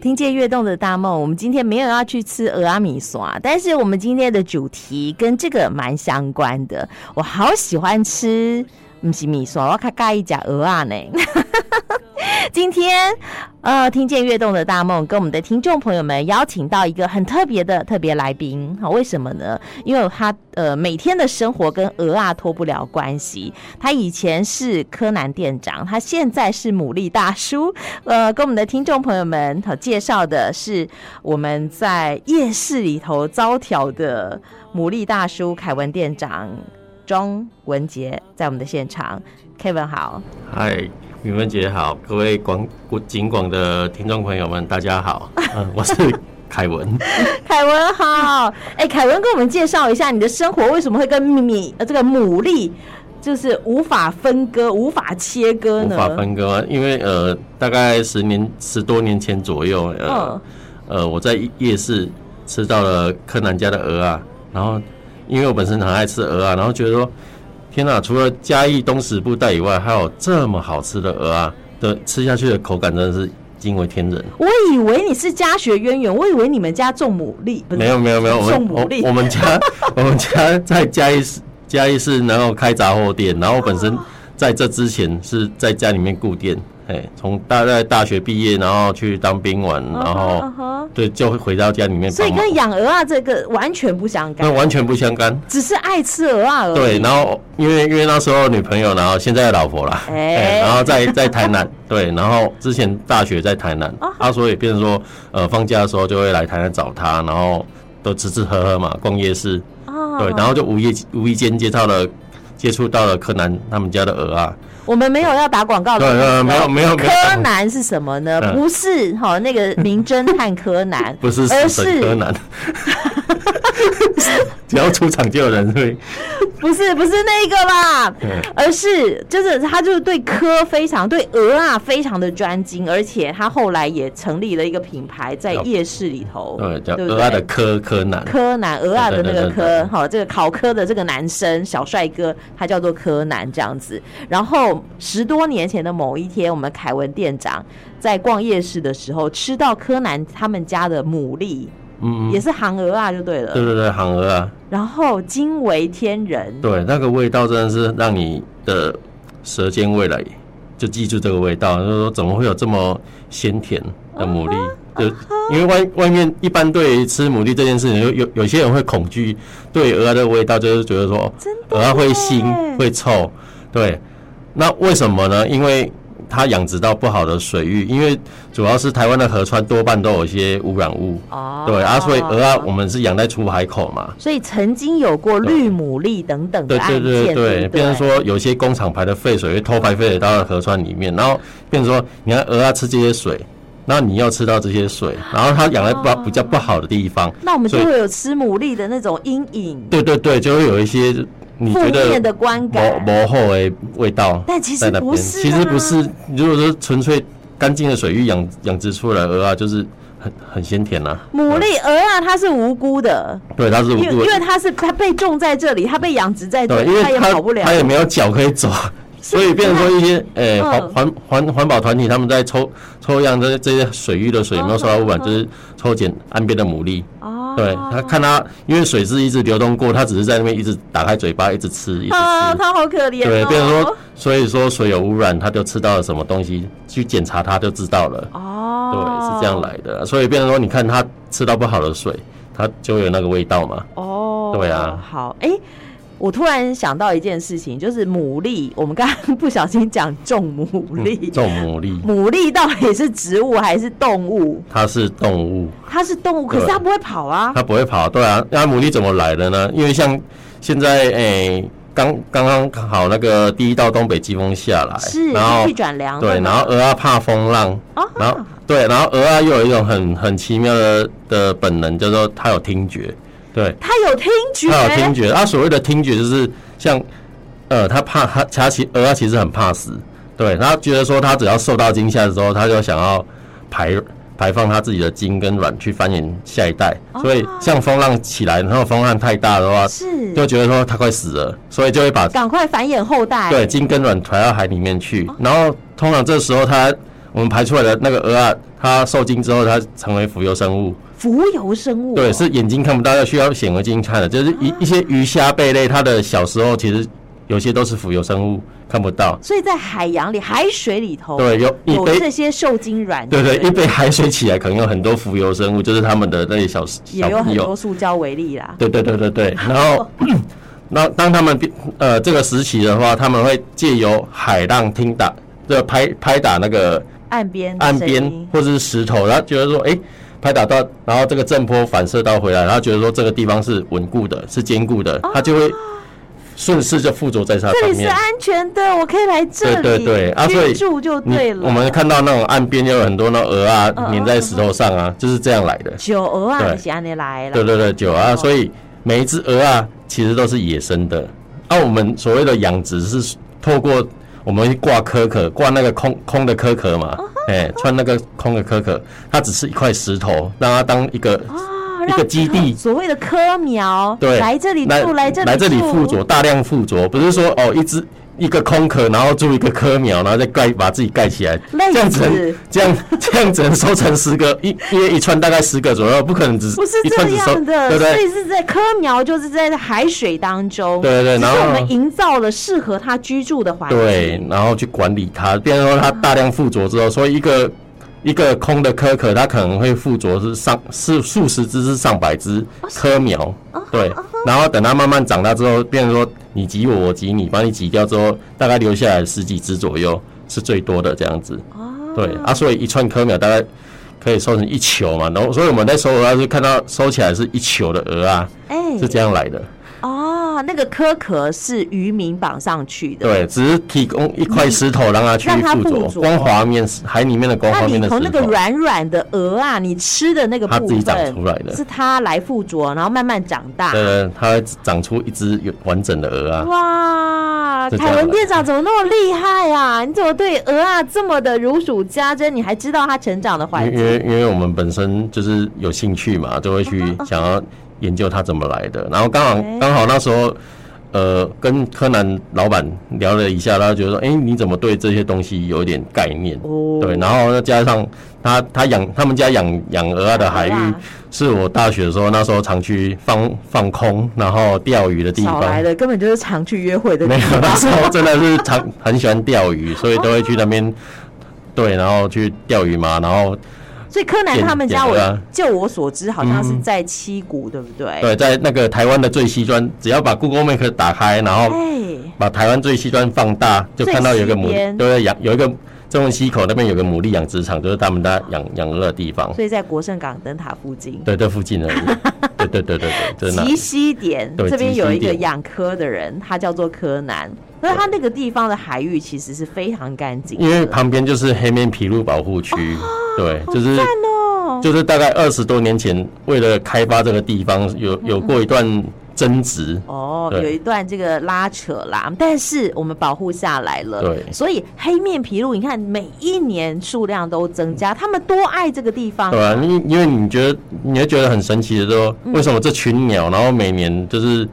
听见跃动的大梦。我们今天没有要去吃俄阿米刷，但是我们今天的主题跟这个蛮相关的。我好喜欢吃，不是米刷，我卡介意讲鹅啊呢。 今天，呃，听见跃动的大梦，跟我们的听众朋友们邀请到一个很特别的特别来宾。好，为什么呢？因为他呃每天的生活跟鹅啊脱不了关系。他以前是柯南店长，他现在是牡蛎大叔。呃，跟我们的听众朋友们好介绍的是我们在夜市里头招挑的牡蛎大叔凯文店长庄文杰，在我们的现场。Kevin 好。嗨，云芬姐好，各位广景广的听众朋友们，大家好，嗯，我是凯文。凯文好，哎、凯文，给我们介绍一下你的生活为什么会跟米呃这个牡蛎就是无法分割、无法切割无呢？法分割吗？因为呃，大概十年十多年前左右，呃、嗯，呃，我在夜市吃到了柯南家的鹅啊，然后因为我本身很爱吃鹅啊，然后觉得说，天哪、除了嘉义东石布袋以外，还有这么好吃的鹅啊，的吃下去的口感真的是惊为天人。我以为你是家学渊源，我以为你们家种牡蛎，不是没有没有没有，我种们牡蛎我我们 家我们家在嘉义市嘉义市，然后开杂货店，然后我本哦身在这之前是在家里面顾店，哎，从大概大学毕业，然后去当兵完，嗯哼然后嗯哼对，就会回到家里面所帮以忙跟，养鹅啊这个完全不相那干，完全不相干。只是爱吃鹅啊而已。对，然后因为因为那时候女朋友，然后现在的老婆啦，哎哎，然后在在台南， 对，然后之前大学在台南，哦啊，所以变成说，呃，放假的时候就会来台南找她，然后都吃吃喝喝嘛，逛夜市，啊对，然后就无意无意间接到了接触到了柯南他们家的鹅啊，我们没有要打广告的对呃意思哦，对没有没有没有柯南是什么呢？嗯，不是哈那个名侦探柯南 不是而死是神柯南， 只要出场就有人会，不是不是那个啦，而是就是他就是对科非常对鹅啊非常的专精，而且他后来也成立了一个品牌在夜市里头，对，叫对不鹅啊的对？柯柯南，柯南鹅啊的那个对对对对柯，好，这个考科的这个男生小帅哥，他叫做柯南这样子。然后十多年前的某一天，我们凯文店长在逛夜市的时候，吃到柯南他们家的牡蛎，嗯，也是行鹅啊，就对了。对对啊对，行鹅啊，然后惊为天人，对，那个味道真的是让你的舌尖味蕾就记住这个味道，就是说怎么会有这么鲜甜的牡啊蛎？就因为外外面一般对于吃牡蛎这件事情，有有有些人会恐惧，对鹅的味道就是觉得说真的鹅啊会腥耶会臭，对。那为什么呢？因为它养殖到不好的水域，因为主要是台湾的河川多半都有一些污染物，哦对啊，所以鹅啊我们是养在出海口嘛，所以曾经有过绿牡蛎等等的对案对件，对对不对，变成说有些工厂排的废水会偷排废水到河川里面，然后变成说你看鹅啊吃这些水，然后你又吃到这些水，然后它养在哦不比较不好的地方，那我们就所以会有吃牡蛎的那种阴影、对对对，就会有一些你负觉面的得观模感。模糊的味道但其实在那边，不是啊其实不是，如果说纯粹干净的水域养养殖出来的鹅啊，就是很很鲜甜啦、牡蛎鹅啊，它是无辜的，对，它是无因为辜因的为它是它被种在这里，它被养殖在这对，因里，它为也他跑不了啊他。也没有脚可以走， 所以变成说一些诶嗯环环环环保团体他们在抽抽样这这些水域的水有没有受到污染，就是抽检岸边的牡蛎。嗯哦对他看他，因为水是一直流动过，他只是在那边一直打开嘴巴，一直吃，一直啊，吃。它好可怜、哦。对，变成说，所以说水有污染，他就吃到了什么东西，去检查他就知道了。哦，对，哦，是这样来的。所以变成说，你看它吃到不好的水，它就有那个味道嘛。哦，对啊好，哎、我突然想到一件事情，就是牡蛎，我们刚刚不小心讲种牡嗯蛎，这种牡蛎，牡蛎到底是植物还是动物？它是动物，它是动物，可对是它不会跑啊。它不会跑。对啊，那牡蛎怎么来的呢？因为像现在诶，刚刚刚好那个第一道东北季风下来，是然天后气转凉了嘛，对，然后鹅啊怕风浪，哦然后对，然后鹅啊又有一种很很奇妙的的本能，叫做它有听觉，对，它有听觉，它有听觉。它所谓的听觉就是像，呃，它怕它它其鹅啊其实很怕死，对，它觉得说它只要受到惊吓的时候，它就想要排排放它自己的精跟卵去繁衍下一代，所以像风浪起来，然后风浪太大的话，是就觉得说它快死了，所以就会把赶快繁衍后代。对，，金根卵排到海里面去，然后通常这时候它我们排出来的那个鹅啊，它受精之后它成为浮游生物，浮游生物哦，啊对，是眼睛看不到，要需要显微镜看的，就是一一些鱼虾贝类，它的小时候其实有些都是浮游生物，看不到。所以在海洋里、海水里头，对有一有杯这些受精卵，对对，不一杯海水起来，可能有很多浮游生物，就是它们的那些小也小有朋很友多。塑胶为例啦。对对对对对，然 后，那当他们变呃这个时期的话，他们会借由海浪听打，这拍拍打那个岸边的岸声边音或者是石头，然后觉得说，哎、拍打到，然后这个震波反射到回来，然后觉得说这个地方是稳固的，是坚固的，它就会顺势就附着在它哦这上里是面。安全的，我可以来这里对对对啊所以居住就你对了。我们看到那种岸边有很多那鹅啊嗯粘在石头上啊，就是这样来的。九鹅啊，对就是安尼来了。对对对，酒啊，所以哦每一只鹅啊其实都是野生的。啊，我们所谓的养殖是透过我们去挂壳壳，挂那个空空的壳壳哦嘛，哎、穿那个空的壳壳，它只是一块石头，让它当一个啊，一让个基地所谓的科苗，对，来这里来住，来这里来这里住附着，大量附着，不是说哦一只一个空壳，然后住一个窠苗，然后再盖把自己盖起来，累这样子死很这样这样子能收成十个，一因为一串大概十个左右，不可能只不是一这串只收，样的，对不所以对？是在科苗，就是在海水当中，对对只然是后我们营造了适合它居住的环境，对，然后去管理它，变成说它大量附着之后，所以一个。一个空的壳壳，它可能会附着是上是数十只至上百只窠苗，对。然后等它慢慢长大之后，变成说你挤我，我挤你，把你挤掉之后，大概留下来十几只左右是最多的这样子。哦，对啊，所以一串科秒大概可以收成一球嘛，然后所以我们在收鹅啊，就看到收起来是一球的鹅啊，哎，是这样来的。哦，那个壳壳是渔民绑上去的，对，只是提供一块石头让它去让它附附着着光滑面石，海里面的光那滑面里的头石那个头。软软的鹅啊，你吃的那个它部自己分长出来的是它来附着，然后慢慢长大。呃，它会长出一只有完整的鹅啊。哇，是这凯样文的店长怎么那么厉害啊？你怎么对鹅啊这么的如数家珍？你还知道它成长的环因为因境？为因为我们本身就是有兴趣嘛，就 会去想要研究它怎么来的。然后刚好哎刚好那时候，呃，跟柯南老板聊了一下，他觉得说，哎、你怎么对这些东西有点概念？哦对，然后再加上他他养他们家养养鹅啊的海养鹅域啊，是我大学的时候那时候常去放放空，然后钓鱼的地少方。来的，根本就是常去约会的没地有，那 方。时候真的是 常很喜欢钓鱼，所以都会去那边，对，然后去钓鱼嘛，然后所以柯南他们家，点点鹅我啊嗯就我所知，好像是在七股，对不对？。对，在那个台湾的最西端，只要把 Google Map 打开，然后哎，把台湾最西端放大，就看到有一个牡最西边蛎，对，养有一个中文溪口那边有个牡蛎养殖场，就是他们家养养鹅的地方，所以在国盛港灯塔附近。对，这附近而已。对对对对对，就是那里极西点对这边极西有一个点养科的人，他叫做柯南。那他那个地方的海域其实是非常干净的，因为旁边就是黑面琵鹭保护区，对，就是看哦，就是大概二十多年前，为了开发这个地方，有有过一段争执。哦，对有一段这个拉扯啦，但是我们保护下来了。对所以黑面琵鹭，你看每一年数量都增加，他们多爱这个地方嗯对。啊，因因为你觉得你会觉得很神奇的说，嗯为什么这群鸟，然后每年就是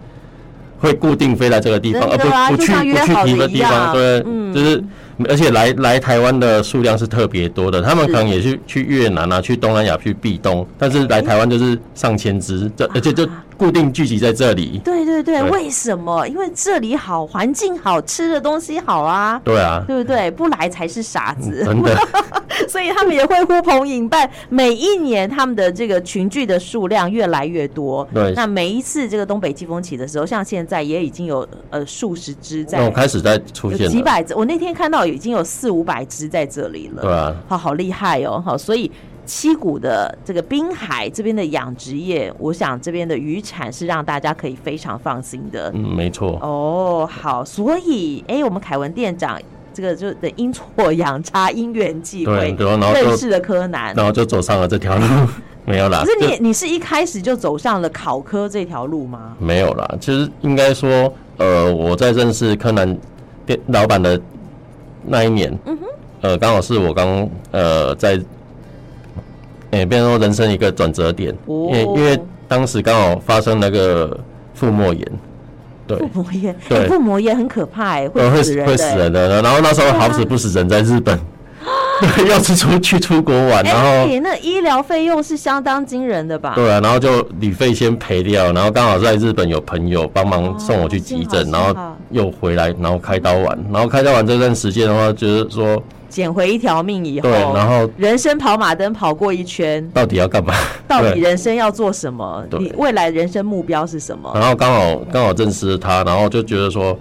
会固定飞来这个地方，真而的不啊不就去像不约去好的别的一地样方？对嗯，就是而且来来台湾的数量是特别多的，他们可能也去去越南啊，去东南亚去避冬，但是来台湾就是上千只，啊这而且就固定聚集在这里。对对对，对为什么？因为这里好，环境好，吃的东西好啊，对啊，嗯 对不对？不来才是傻子。真的，所以他们也会呼朋引伴。每一年他们的这个群聚的数量越来越多。对那每一次这个东北季风起的时候，像现在也已经有呃数十只在那哦我开始在出有现几了，百只，我那天看到已经有四五百只在这里了，对啊吧、好好厉害哦，好，所以七股的这个滨海这边的养殖业，我想这边的渔产是让大家可以非常放心的。嗯，没错，哦，好，所以哎、我们凯文店长这个就的阴错阳差，因缘际对会对，然后认就识了柯南。然后就走上了这条路，没有啦，可是就你你是一开始就走上了考科这条路吗？ 没有啦，其实应该说，呃，我在认识柯南店老板的那一年，嗯呃，刚好是我刚呃在，诶、变成说人生一个转折点，哦因为因为当时刚好发生那个腹膜炎，对，腹膜炎，哎、对腹膜炎很可怕、哎，呃会死人的、啊会死人的，然后那时候好死不死人在日本， 对，要是出去出国玩，哎、然后。那医疗费用是相当惊人的吧？对啊，然后就旅费先赔掉，然后刚好在日本有朋友帮忙送我去急诊，哦幸然好幸好后又回来，然后开刀完，然后开刀完这段时间的话，就是说捡回一条命以后，对，然后人生跑马灯跑过一圈，到底 要干嘛？到底对人生要做什么？对呃你未来人生目标是什么？然后刚好刚好认识他，然后就觉得说，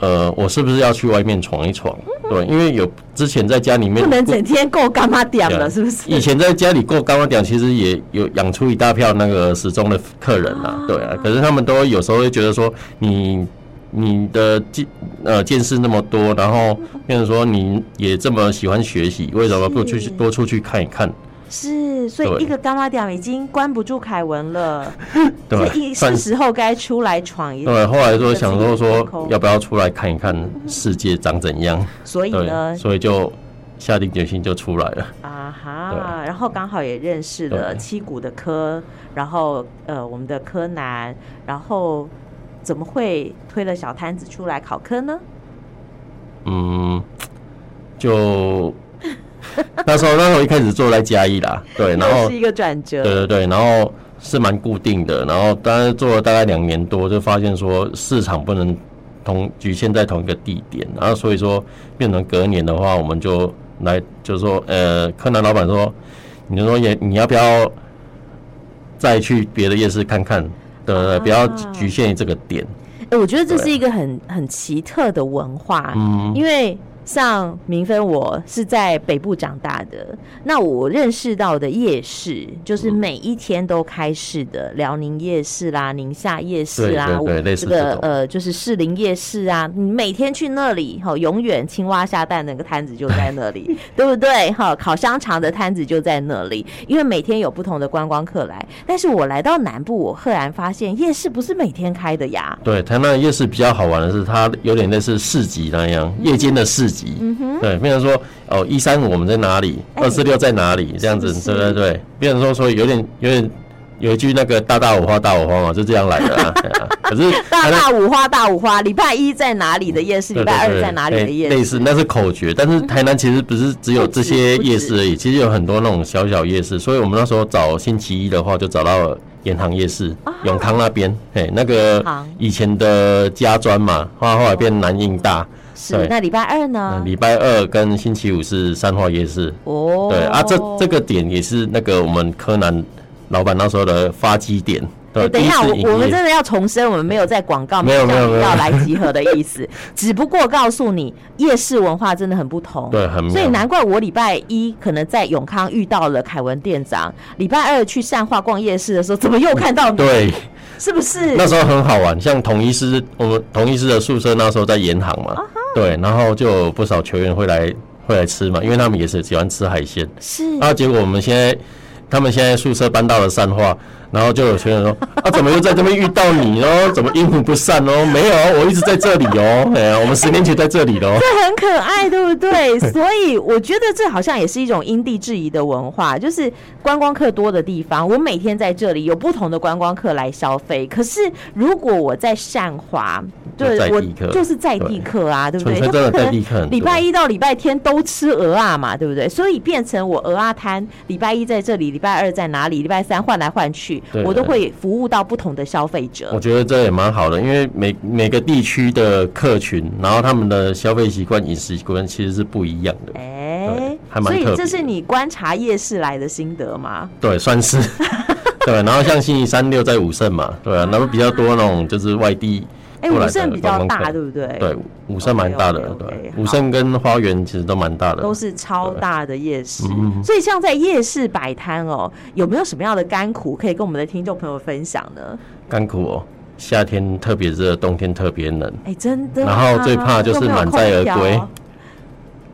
呃，我是不是要去外面闯一闯？对，因为有之前在家里面不能整天够干妈点了，是不是？以前在家里过干妈点，其实也有养出一大票那个时钟的客人哦啊，对啊。可是他们都有时候会觉得说，你你的见呃见识那么多，然后变成说你也这么喜欢学习，为什么不去是多出去看一看？是，所以对一个干妈点已经关不住凯文了， 对所吧以？算是时候该出来闯一。对，后来说想说自己的空说要不要出来看一看世界长怎样？所以呢对，，所以就下定决心就出来了。啊哈，对然后刚好也认识了七股的柯，然后呃我们的柯南，然后怎么会推了小摊子出来考科呢？嗯，就那时候那时候一开始做在嘉义啦，对，然又后是一个转折，对对对，然后是蛮固定的，然后当然做了大概两年多，就发现说市场不能同局限在同一个地点，然后所以说变成隔年的话，我们就来就是说，呃，柯南老板说，你就说也你要不要再去别的夜市看看？对对对，不要啊局限于这个点。哎、我觉得这是一个很很奇特的文化，嗯因为像明芬，我是在北部长大的，那我认识到的夜市，就是嗯每一天都开市的，辽宁夜市啦、宁夏夜市啦，对对对我类似个这种呃，就是士林夜市啊，你每天去那里，哈、永远青蛙下蛋那个摊子就在那 里，对不对？哈、烤香肠的摊子就在那里，因为每天有不同的观光客来。但是我来到南部，我赫然发现夜市不是每天开的呀。对，台南的夜市比较好玩的是，它有点类似市集那样，夜间的市集。嗯哼，对，变成说哦，一三五我们在哪里，哎二四六在哪里，这样子，是是对对对，变成说，所以有点有点有一句那个大大五花大五花嘛，就这样来 的啦。对啊可是大台南大五花大五花，礼拜一在哪里的夜市，礼对拜对二对哎在哪里的夜类类市，嗯似那是口诀，但是台南其实不是只有这些夜市而已，其实有很多那种小小夜市，所以我们那时候找星期一的话，就找到了盐行夜市，啊永康那边，哎，那个行以前的家专嘛，后来后来变南印大，是那礼拜二那呢？礼拜二跟星期五是三化夜市，哦，对啊，这这个点也是那个我们柯南老板那时候的发迹点，对，哎等一下，呃第我次营我们业真的要重申，我们没有在广告，没有叫没有你没有要来集合的意 思，只不过告诉你，夜市文化真的很不同。对很所以妙难怪我礼拜一可能在永康遇到了凯文店长，礼拜二去善化逛夜市的时候，怎么又看到你？对。是不是？那时候很好玩，像统一师，我们统一师的宿舍那时候在盐行嘛，对，然后就有不少球员会来会来吃嘛，因为他们也是喜欢吃海鲜。是然后结果我们现在，他们现在宿舍搬到了善化，然后就有球员说：“ 啊，怎么又在这边遇到你哦？怎么阴魂不散哦？没有，我一直在这里哦。哎呀，我们十年前在这里的哦。这很可爱，对不 对？所以我觉得这好像也是一种因地制宜的文化，就是观光客多的地方，我每天在这里有不同的观光客来消费。可是如果我在善华，就对在我地客就是在地客啊，对不对？纯就粹真的不可在地能客很多礼拜一到礼拜天都吃鹅啊嘛，对不对？所以变成我鹅啊摊，礼拜一在这里，礼拜二在哪里，礼拜三换来换去，对我都会服务到不同的消费者我。觉得这也蛮好的，因为每每个地区的客群，然后他们的消费习惯、饮食习惯其实是不一样的。哎对，还蛮所以特别。这是你观察夜市来的心得吗？对，算是对。然后像星期三六在武圣嘛，对啊，那么比较多那种就是外地哎、过来武的圣比较观光大，客对不对？对，武圣蛮大的， OK，OK，OK，对，好武圣跟花园其实都蛮大的，都是超大的夜市对嗯，所以像在夜市摆摊哦，有没有什么样的甘苦可以跟我们的听众朋友分享呢？干苦哦。夏天特别热，冬天特别冷。哎、真的啊、然后最怕就是满载而归哎都没有空调。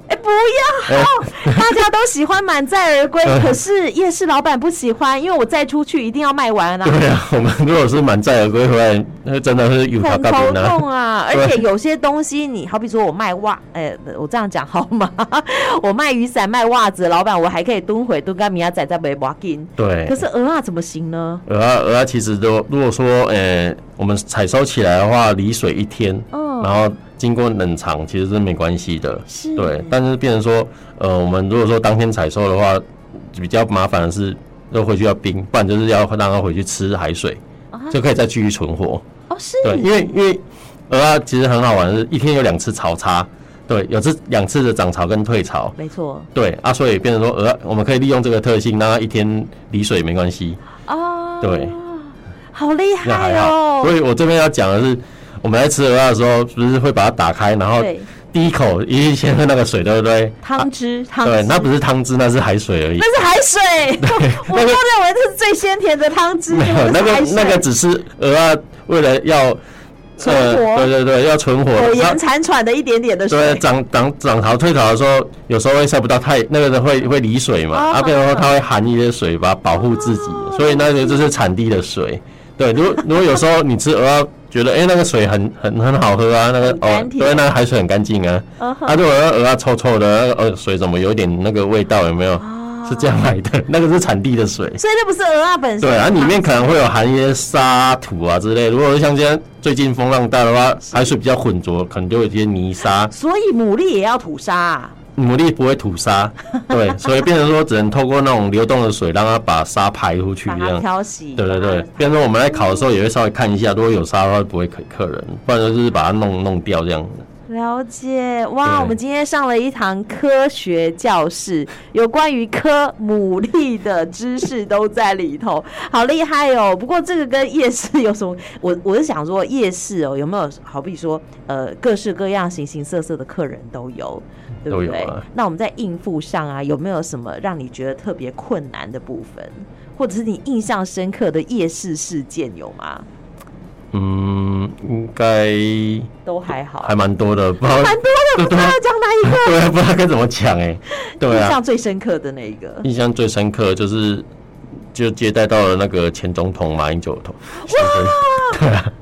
哎、不要！ 大家都喜欢满载 而归，可是夜市老板不喜欢，因为我再出去一定要卖完啊，对啊，我们如果是满载而归回来，那真的是有条很大头病啊。痛啊！对而且有些东西你，好比说我卖袜，哎、我这样讲好吗？ 我卖雨伞、卖袜子，老板我还可以蹲回蹲干米亚仔在北瓦金，对，可是鹅啊怎么行呢？鹅啊鹅啊，其实都如果说呃，我们采收起来的话，离水一天，嗯然后经过冷藏，其实是没关系的，是对。但是变成说，呃，我们如果说当天采收的话，比较麻烦的是，要回去要冰，不然就是要让它回去吃海水，啊就可以再继续存活。哦，是对，因为因为鹅啊其实很好玩，是一天有两次潮差，对，有次两次的涨潮跟退潮。没错对啊，所以变成说鹅啊，我们可以利用这个特性，让它一天离水没关系。哦，对，好厉 那害还好。哦所！以我这边要讲的是，我们在吃鹅啊的时候，不是会把它打开，然后对，第一口一定先喝那个水，对不对？啊汤汁汤汁对，，那不是汤汁，那是海水而已。那是海 水， 我都那认个为这是最鲜甜的汤汁，没有，那那个那个只是鹅啊，为了要存活对对对，要存活。苟它延残喘的一点点的对，水，涨涨涨潮退潮的时候，有时候会晒不到太那个人会会离水嘛，哦啊，变成说它会含一些水把它保护自己，所以那个就是产地的水。对，如果如果有时候你吃鹅啊，觉得哎、诶那个水很很很好喝啊，那个很哦甘，甜对，那个海水很干净啊。嗯哼啊，如果那鹅啊臭臭的，那个呃水怎么有点那个味道有没有？是这样来的，那个是产地的水。所以那不哦是鹅啊本身，对，啊，里面可能会有含一些沙土啊之类。如果是像今天最近风浪大的话，海水比较浑浊，可能就有一些泥沙。啊所以牡蛎也要吐沙啊，牡蛎不会吐 沙，对，所以变成说只能透过那种流动的水，让它把沙排出去把这它样。漂洗，对对对把它，变成说我们在烤的时候也会稍微看一下，如果有沙的话不会给客人，不然就是把它弄弄掉这样子。了解哇！对我们今天上了一堂科学教室，有关于科牡蛎的知识都在里头，好厉害哦！不过这个跟夜市有什么？ 我我是想说，夜市哦，有没有好比说，呃，各式各样、形形色色的客人都有，对不都有对？啊那我们在应付上啊，有没有什么让你觉得特别困难的部分，或者是你印象深刻的夜市事件有吗？嗯，应该都还好，还蛮多的，不知道蛮多的，不知道要讲哪一个。对啊，不知道该怎么讲哎、对印啊，象最深刻的那一个。印象最深刻就是就接待到了那个前总统马英九头先生，对啊，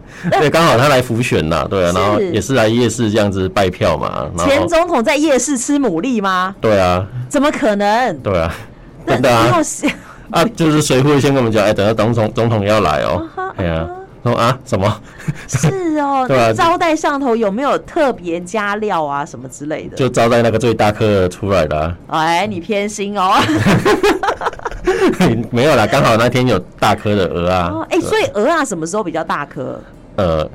对，刚好他来浮选呐，对啊，然后是也是来夜市这样子拜票嘛，然前后总统在夜市吃牡蛎吗？对啊，怎么可能？对啊，那真的啊要是 啊，就是谁会先跟我们讲，哎、等到总统总统要来哦、啊哈哎呀、说啊什么，是 哦，对啊那招待上头有没有特别加料啊什么之类的？就招待那个最大客的出来了、 啊，哎，你偏心 哦。没有啦，刚好那天有大颗的鹅啊哦，哎，对所以鹅啊什么时候比较大颗？呃，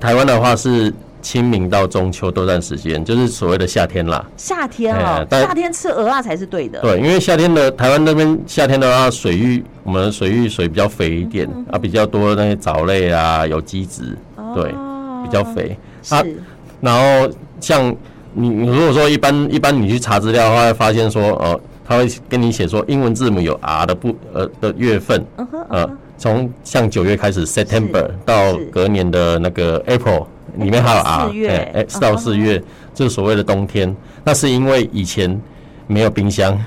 台湾的话是清明到中秋这段时间，就是所谓的夏天啦，夏天哎哦呀，但夏天吃鹅啊才是对的。对，因为夏天的台湾那边夏天的话，水域我们水域水比较肥一嗯点啊，比较多那些藻类啊，有机质，对，哦比较肥啊。是然后像你，你如果说一般一般你去查资料的话，会发现说，呃，他会跟你写说英文字母有 R 的部呃的月份，嗯哼嗯呃哼，从像九月开始 September 是到是隔年的那个 April 里面还有 R，四月哎哎嗯到哼四月，就是所谓的冬天，那是因为以前没有冰箱，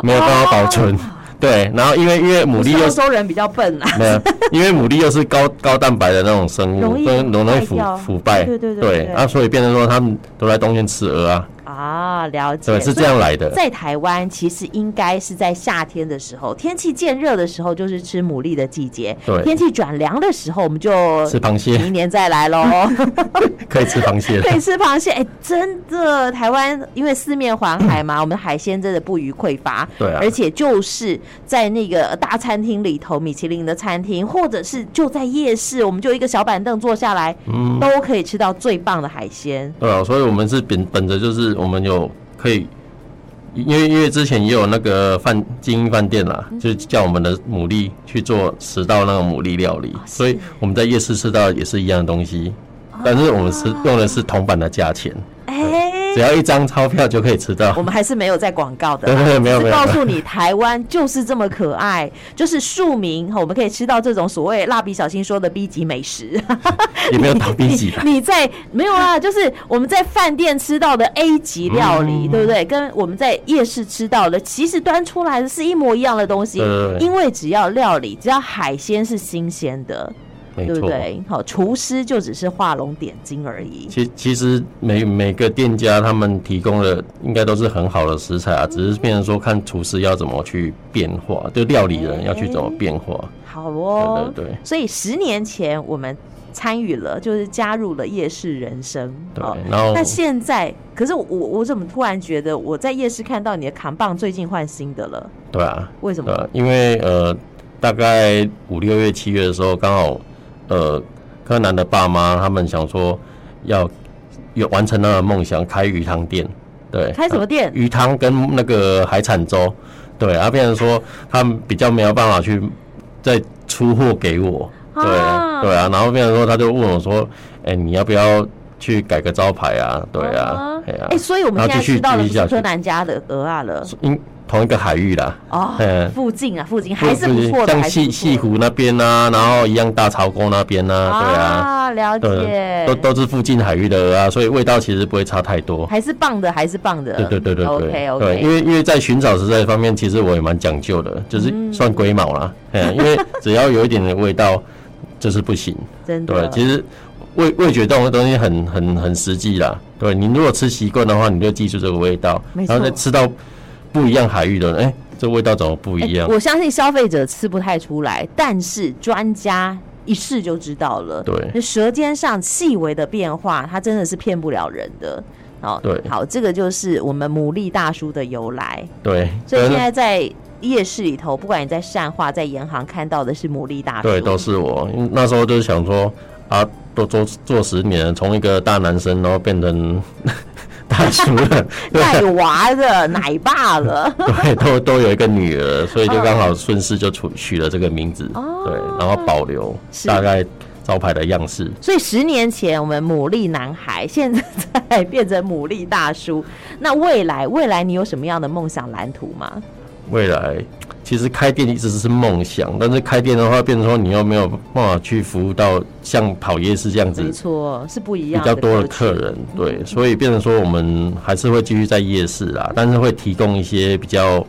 没有办法保哦存，对，然后因为因为牡蛎澳又是洲人比较笨啊。 没有，因为牡蛎又是高高蛋白的那种生物，容易所以容易坏腐掉腐败，对对对对啊，所以变成说他们都来冬天吃鹅啊，啊，了解。对，是这样来的，在台湾，其实应该是在夏天的时候，天气渐热的时候，就是吃牡蛎的季节。对天气转凉的时候，我们就吃螃蟹明年再来喽。 可以吃螃蟹可以吃螃蟹，哎、真的，台湾因为四面环海 嘛，我们海鲜真的不虞匮乏。对啊而且就是在那个大餐厅里头，米其林的餐厅，或者是就在夜市，我们就一个小板凳坐下来，嗯都可以吃到最棒的海鲜。对啊，所以我们是本本着就是我们有可以因为因为之前也有那个饭精英饭店啦，嗯就叫我们的牡蛎去做十道那个牡蛎料哦理，所以我们在夜市吃到也是一样的东西，但是我们是用的是铜板的价钱，哎、只要一张钞票就可以吃到 我。们还是没有在广告的啦，对对对 没有只是没有告诉你，台湾就是这么可爱，就是庶民，我们可以吃到这种所谓蜡笔小新说的 B 级美食。。也没有倒闭机啦你在没有啊？就是我们在饭店吃到的 A 级料嗯理，对不对？跟我们在夜市吃到的，其实端出来的是一模一样的东西对对，对因为只要料理，只要海鲜是新鲜的，没对不错，对？好，厨师就只是画龙点睛而已。其其实每每个店家他们提供的应该都是很好的食材嗯啊，只是变成说看厨师要怎么去变化，就料理人要去怎么变化。好哦，对对对所以十年前我们参与了，就是加入了夜市人生。对好，然后那现在，可是我我怎么突然觉得我在夜市看到你的扛棒最近换新的了？对啊，为什么？呃，因为呃，大概五六月、七月的时候，刚好呃，柯南的爸妈他们想说要有完成他的梦想，开鱼汤店，对，开什么店呃鱼汤跟那个海产粥，对，啊，变成说他们比较没有办法去再出货给我，对、啊对啊，然后变成说他就问我说，哎、你要不要去改个招牌啊？对啊，哎呀、哎、所以我们然现后在继续吃到的继不续是下去柯南家的鹅啊了，因同一个海域啦，哦嗯，附近啊，附近还是不错的，像还是西不西错湖那边啊，然后一样大潮沟那边的啊，对啊，啊，了解对，，都都是附近海域的鹅啊，所以味道其实不会差太多。还是棒的，还是棒的，对对对对对，OK 对，因 OK，为因为在寻找食材方面，其实我也蛮讲究的，就是算龟毛啦，嗯，因 为只要有一点的味道，就是不行。真对的，，其实味味觉这种东西很很很实际啦。对你如果吃习惯的话，你就记住这个味道没，然后再错吃到不一样海域的，哎，这味道怎么不一样？哎我相信消费者吃不太出来，但是专家一试就知道了。对那舌尖上细微的变化，它真的是骗不了人的。好，对好，这个就是我们牡蛎大叔的由来。对，所以现但是在在夜市里头，不管你在善化、在盐行看到的是牡蛎大叔，对，都是我。因为那时候就是想说啊，都做做十年了，从一个大男生，然后变成 大 叔了，带对娃的奶爸了。 对， 都都有一个女儿，所以就刚好顺势就取取了这个名字，哦对，然后保留是大概招牌的样式。所以十年前我们牡蛎男孩，现在变成牡蛎大叔。那未来，未来你有什么样的梦想蓝图吗？未来其实开店一直是梦想，但是开店的话，变成说你又没有办法去服务到像跑夜市这样没子错，是不一比样较多的群客人，对，所以变成说我们还是会继续在夜市嗯啦，但是会提供一些比较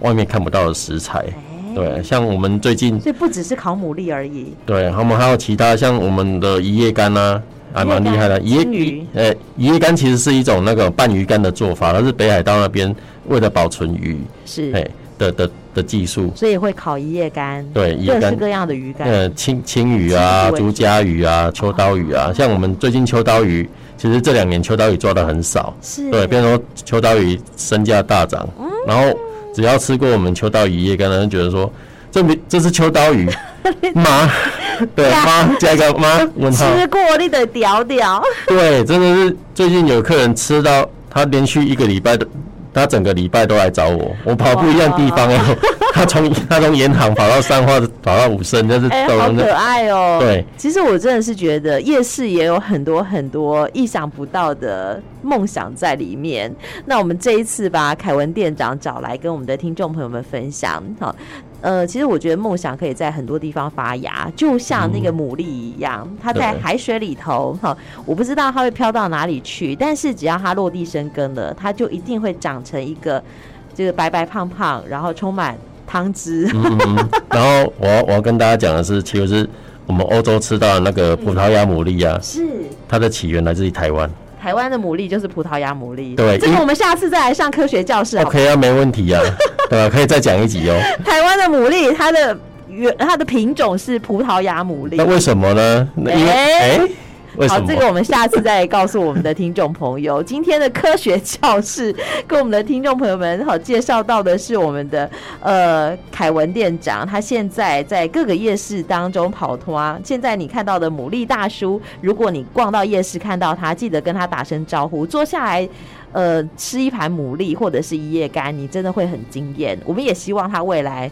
外面看不到的食材，哎对，像我们最近所以不只是烤牡蛎而已，对，我们还有其他像我们的一夜干啊，还蛮厉害的，一夜一夜干金鱼呃一夜干其实是一种那个拌鱼干的做法，它是北海道那边为了保存鱼，哎是，的的的技术，所以会烤一夜干，对一各夜式干各样的鱼干，呃，青青鱼啊，青鱼为主哦竹夹鱼啊，秋刀鱼啊，像我们最近秋刀鱼，其实这两年秋刀鱼抓的很少，是哦对，变成说秋刀鱼身价大涨，然后只要吃过我们秋刀鱼叶干的人，觉得说这没这是秋 刀鱼妈，对妈加一个妈问号，吃过你的屌屌，对，真的是最近有客人吃到他连续一个礼拜的。他整个礼拜都来找我，我跑不一样地方哦。他从他从盐行跑到三花，跑到武圣，就是 哎、走好人的可爱哦、对，其实我真的是觉得夜市也有很多很多意想不到的梦想在里面。那我们这一次把凯文店长找来跟我们的听众朋友们分享，好。呃，其实我觉得梦想可以在很多地方发芽，就像那个牡蛎一样，它在对海水里头哈，我不知道它会飘到哪里去，但是只要它落地生根了，它就一定会长成一个就是白白胖胖，然后充满汤汁，嗯然后我要我要跟大家讲的是，其实是我们欧洲吃到的那个葡萄牙牡蛎啊，是它的起源来自于台湾。台湾的牡蛎就是葡萄牙牡蛎。对这个因我们下次再来上科学教室好不好 OK 啊，没问 题啊，对吧？可以再讲一 集哦。台湾的牡蛎，它的原它的品种是葡萄牙牡那蛎。为什么呢？那因为哎哎，为好什，么这？个我们下次再告诉我们的听众朋友。 今天的科学教室跟我们的听众朋友们好介绍到的是我们的呃凯文店长，他现在在各个夜市当中跑通啊。现在你看到的牡蛎大叔，如果你逛到夜市看到他，记得跟他打声招呼，坐下来。呃，吃一盘牡蛎或者是一夜干，你真的会很惊艳。我们也希望他未来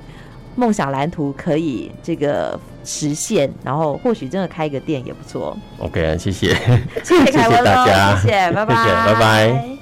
梦想蓝图可以这个实现，然后或许真的开一个店也不错。 OK，谢谢。 谢谢凯文喽，谢谢大家谢谢，拜拜，谢谢拜拜。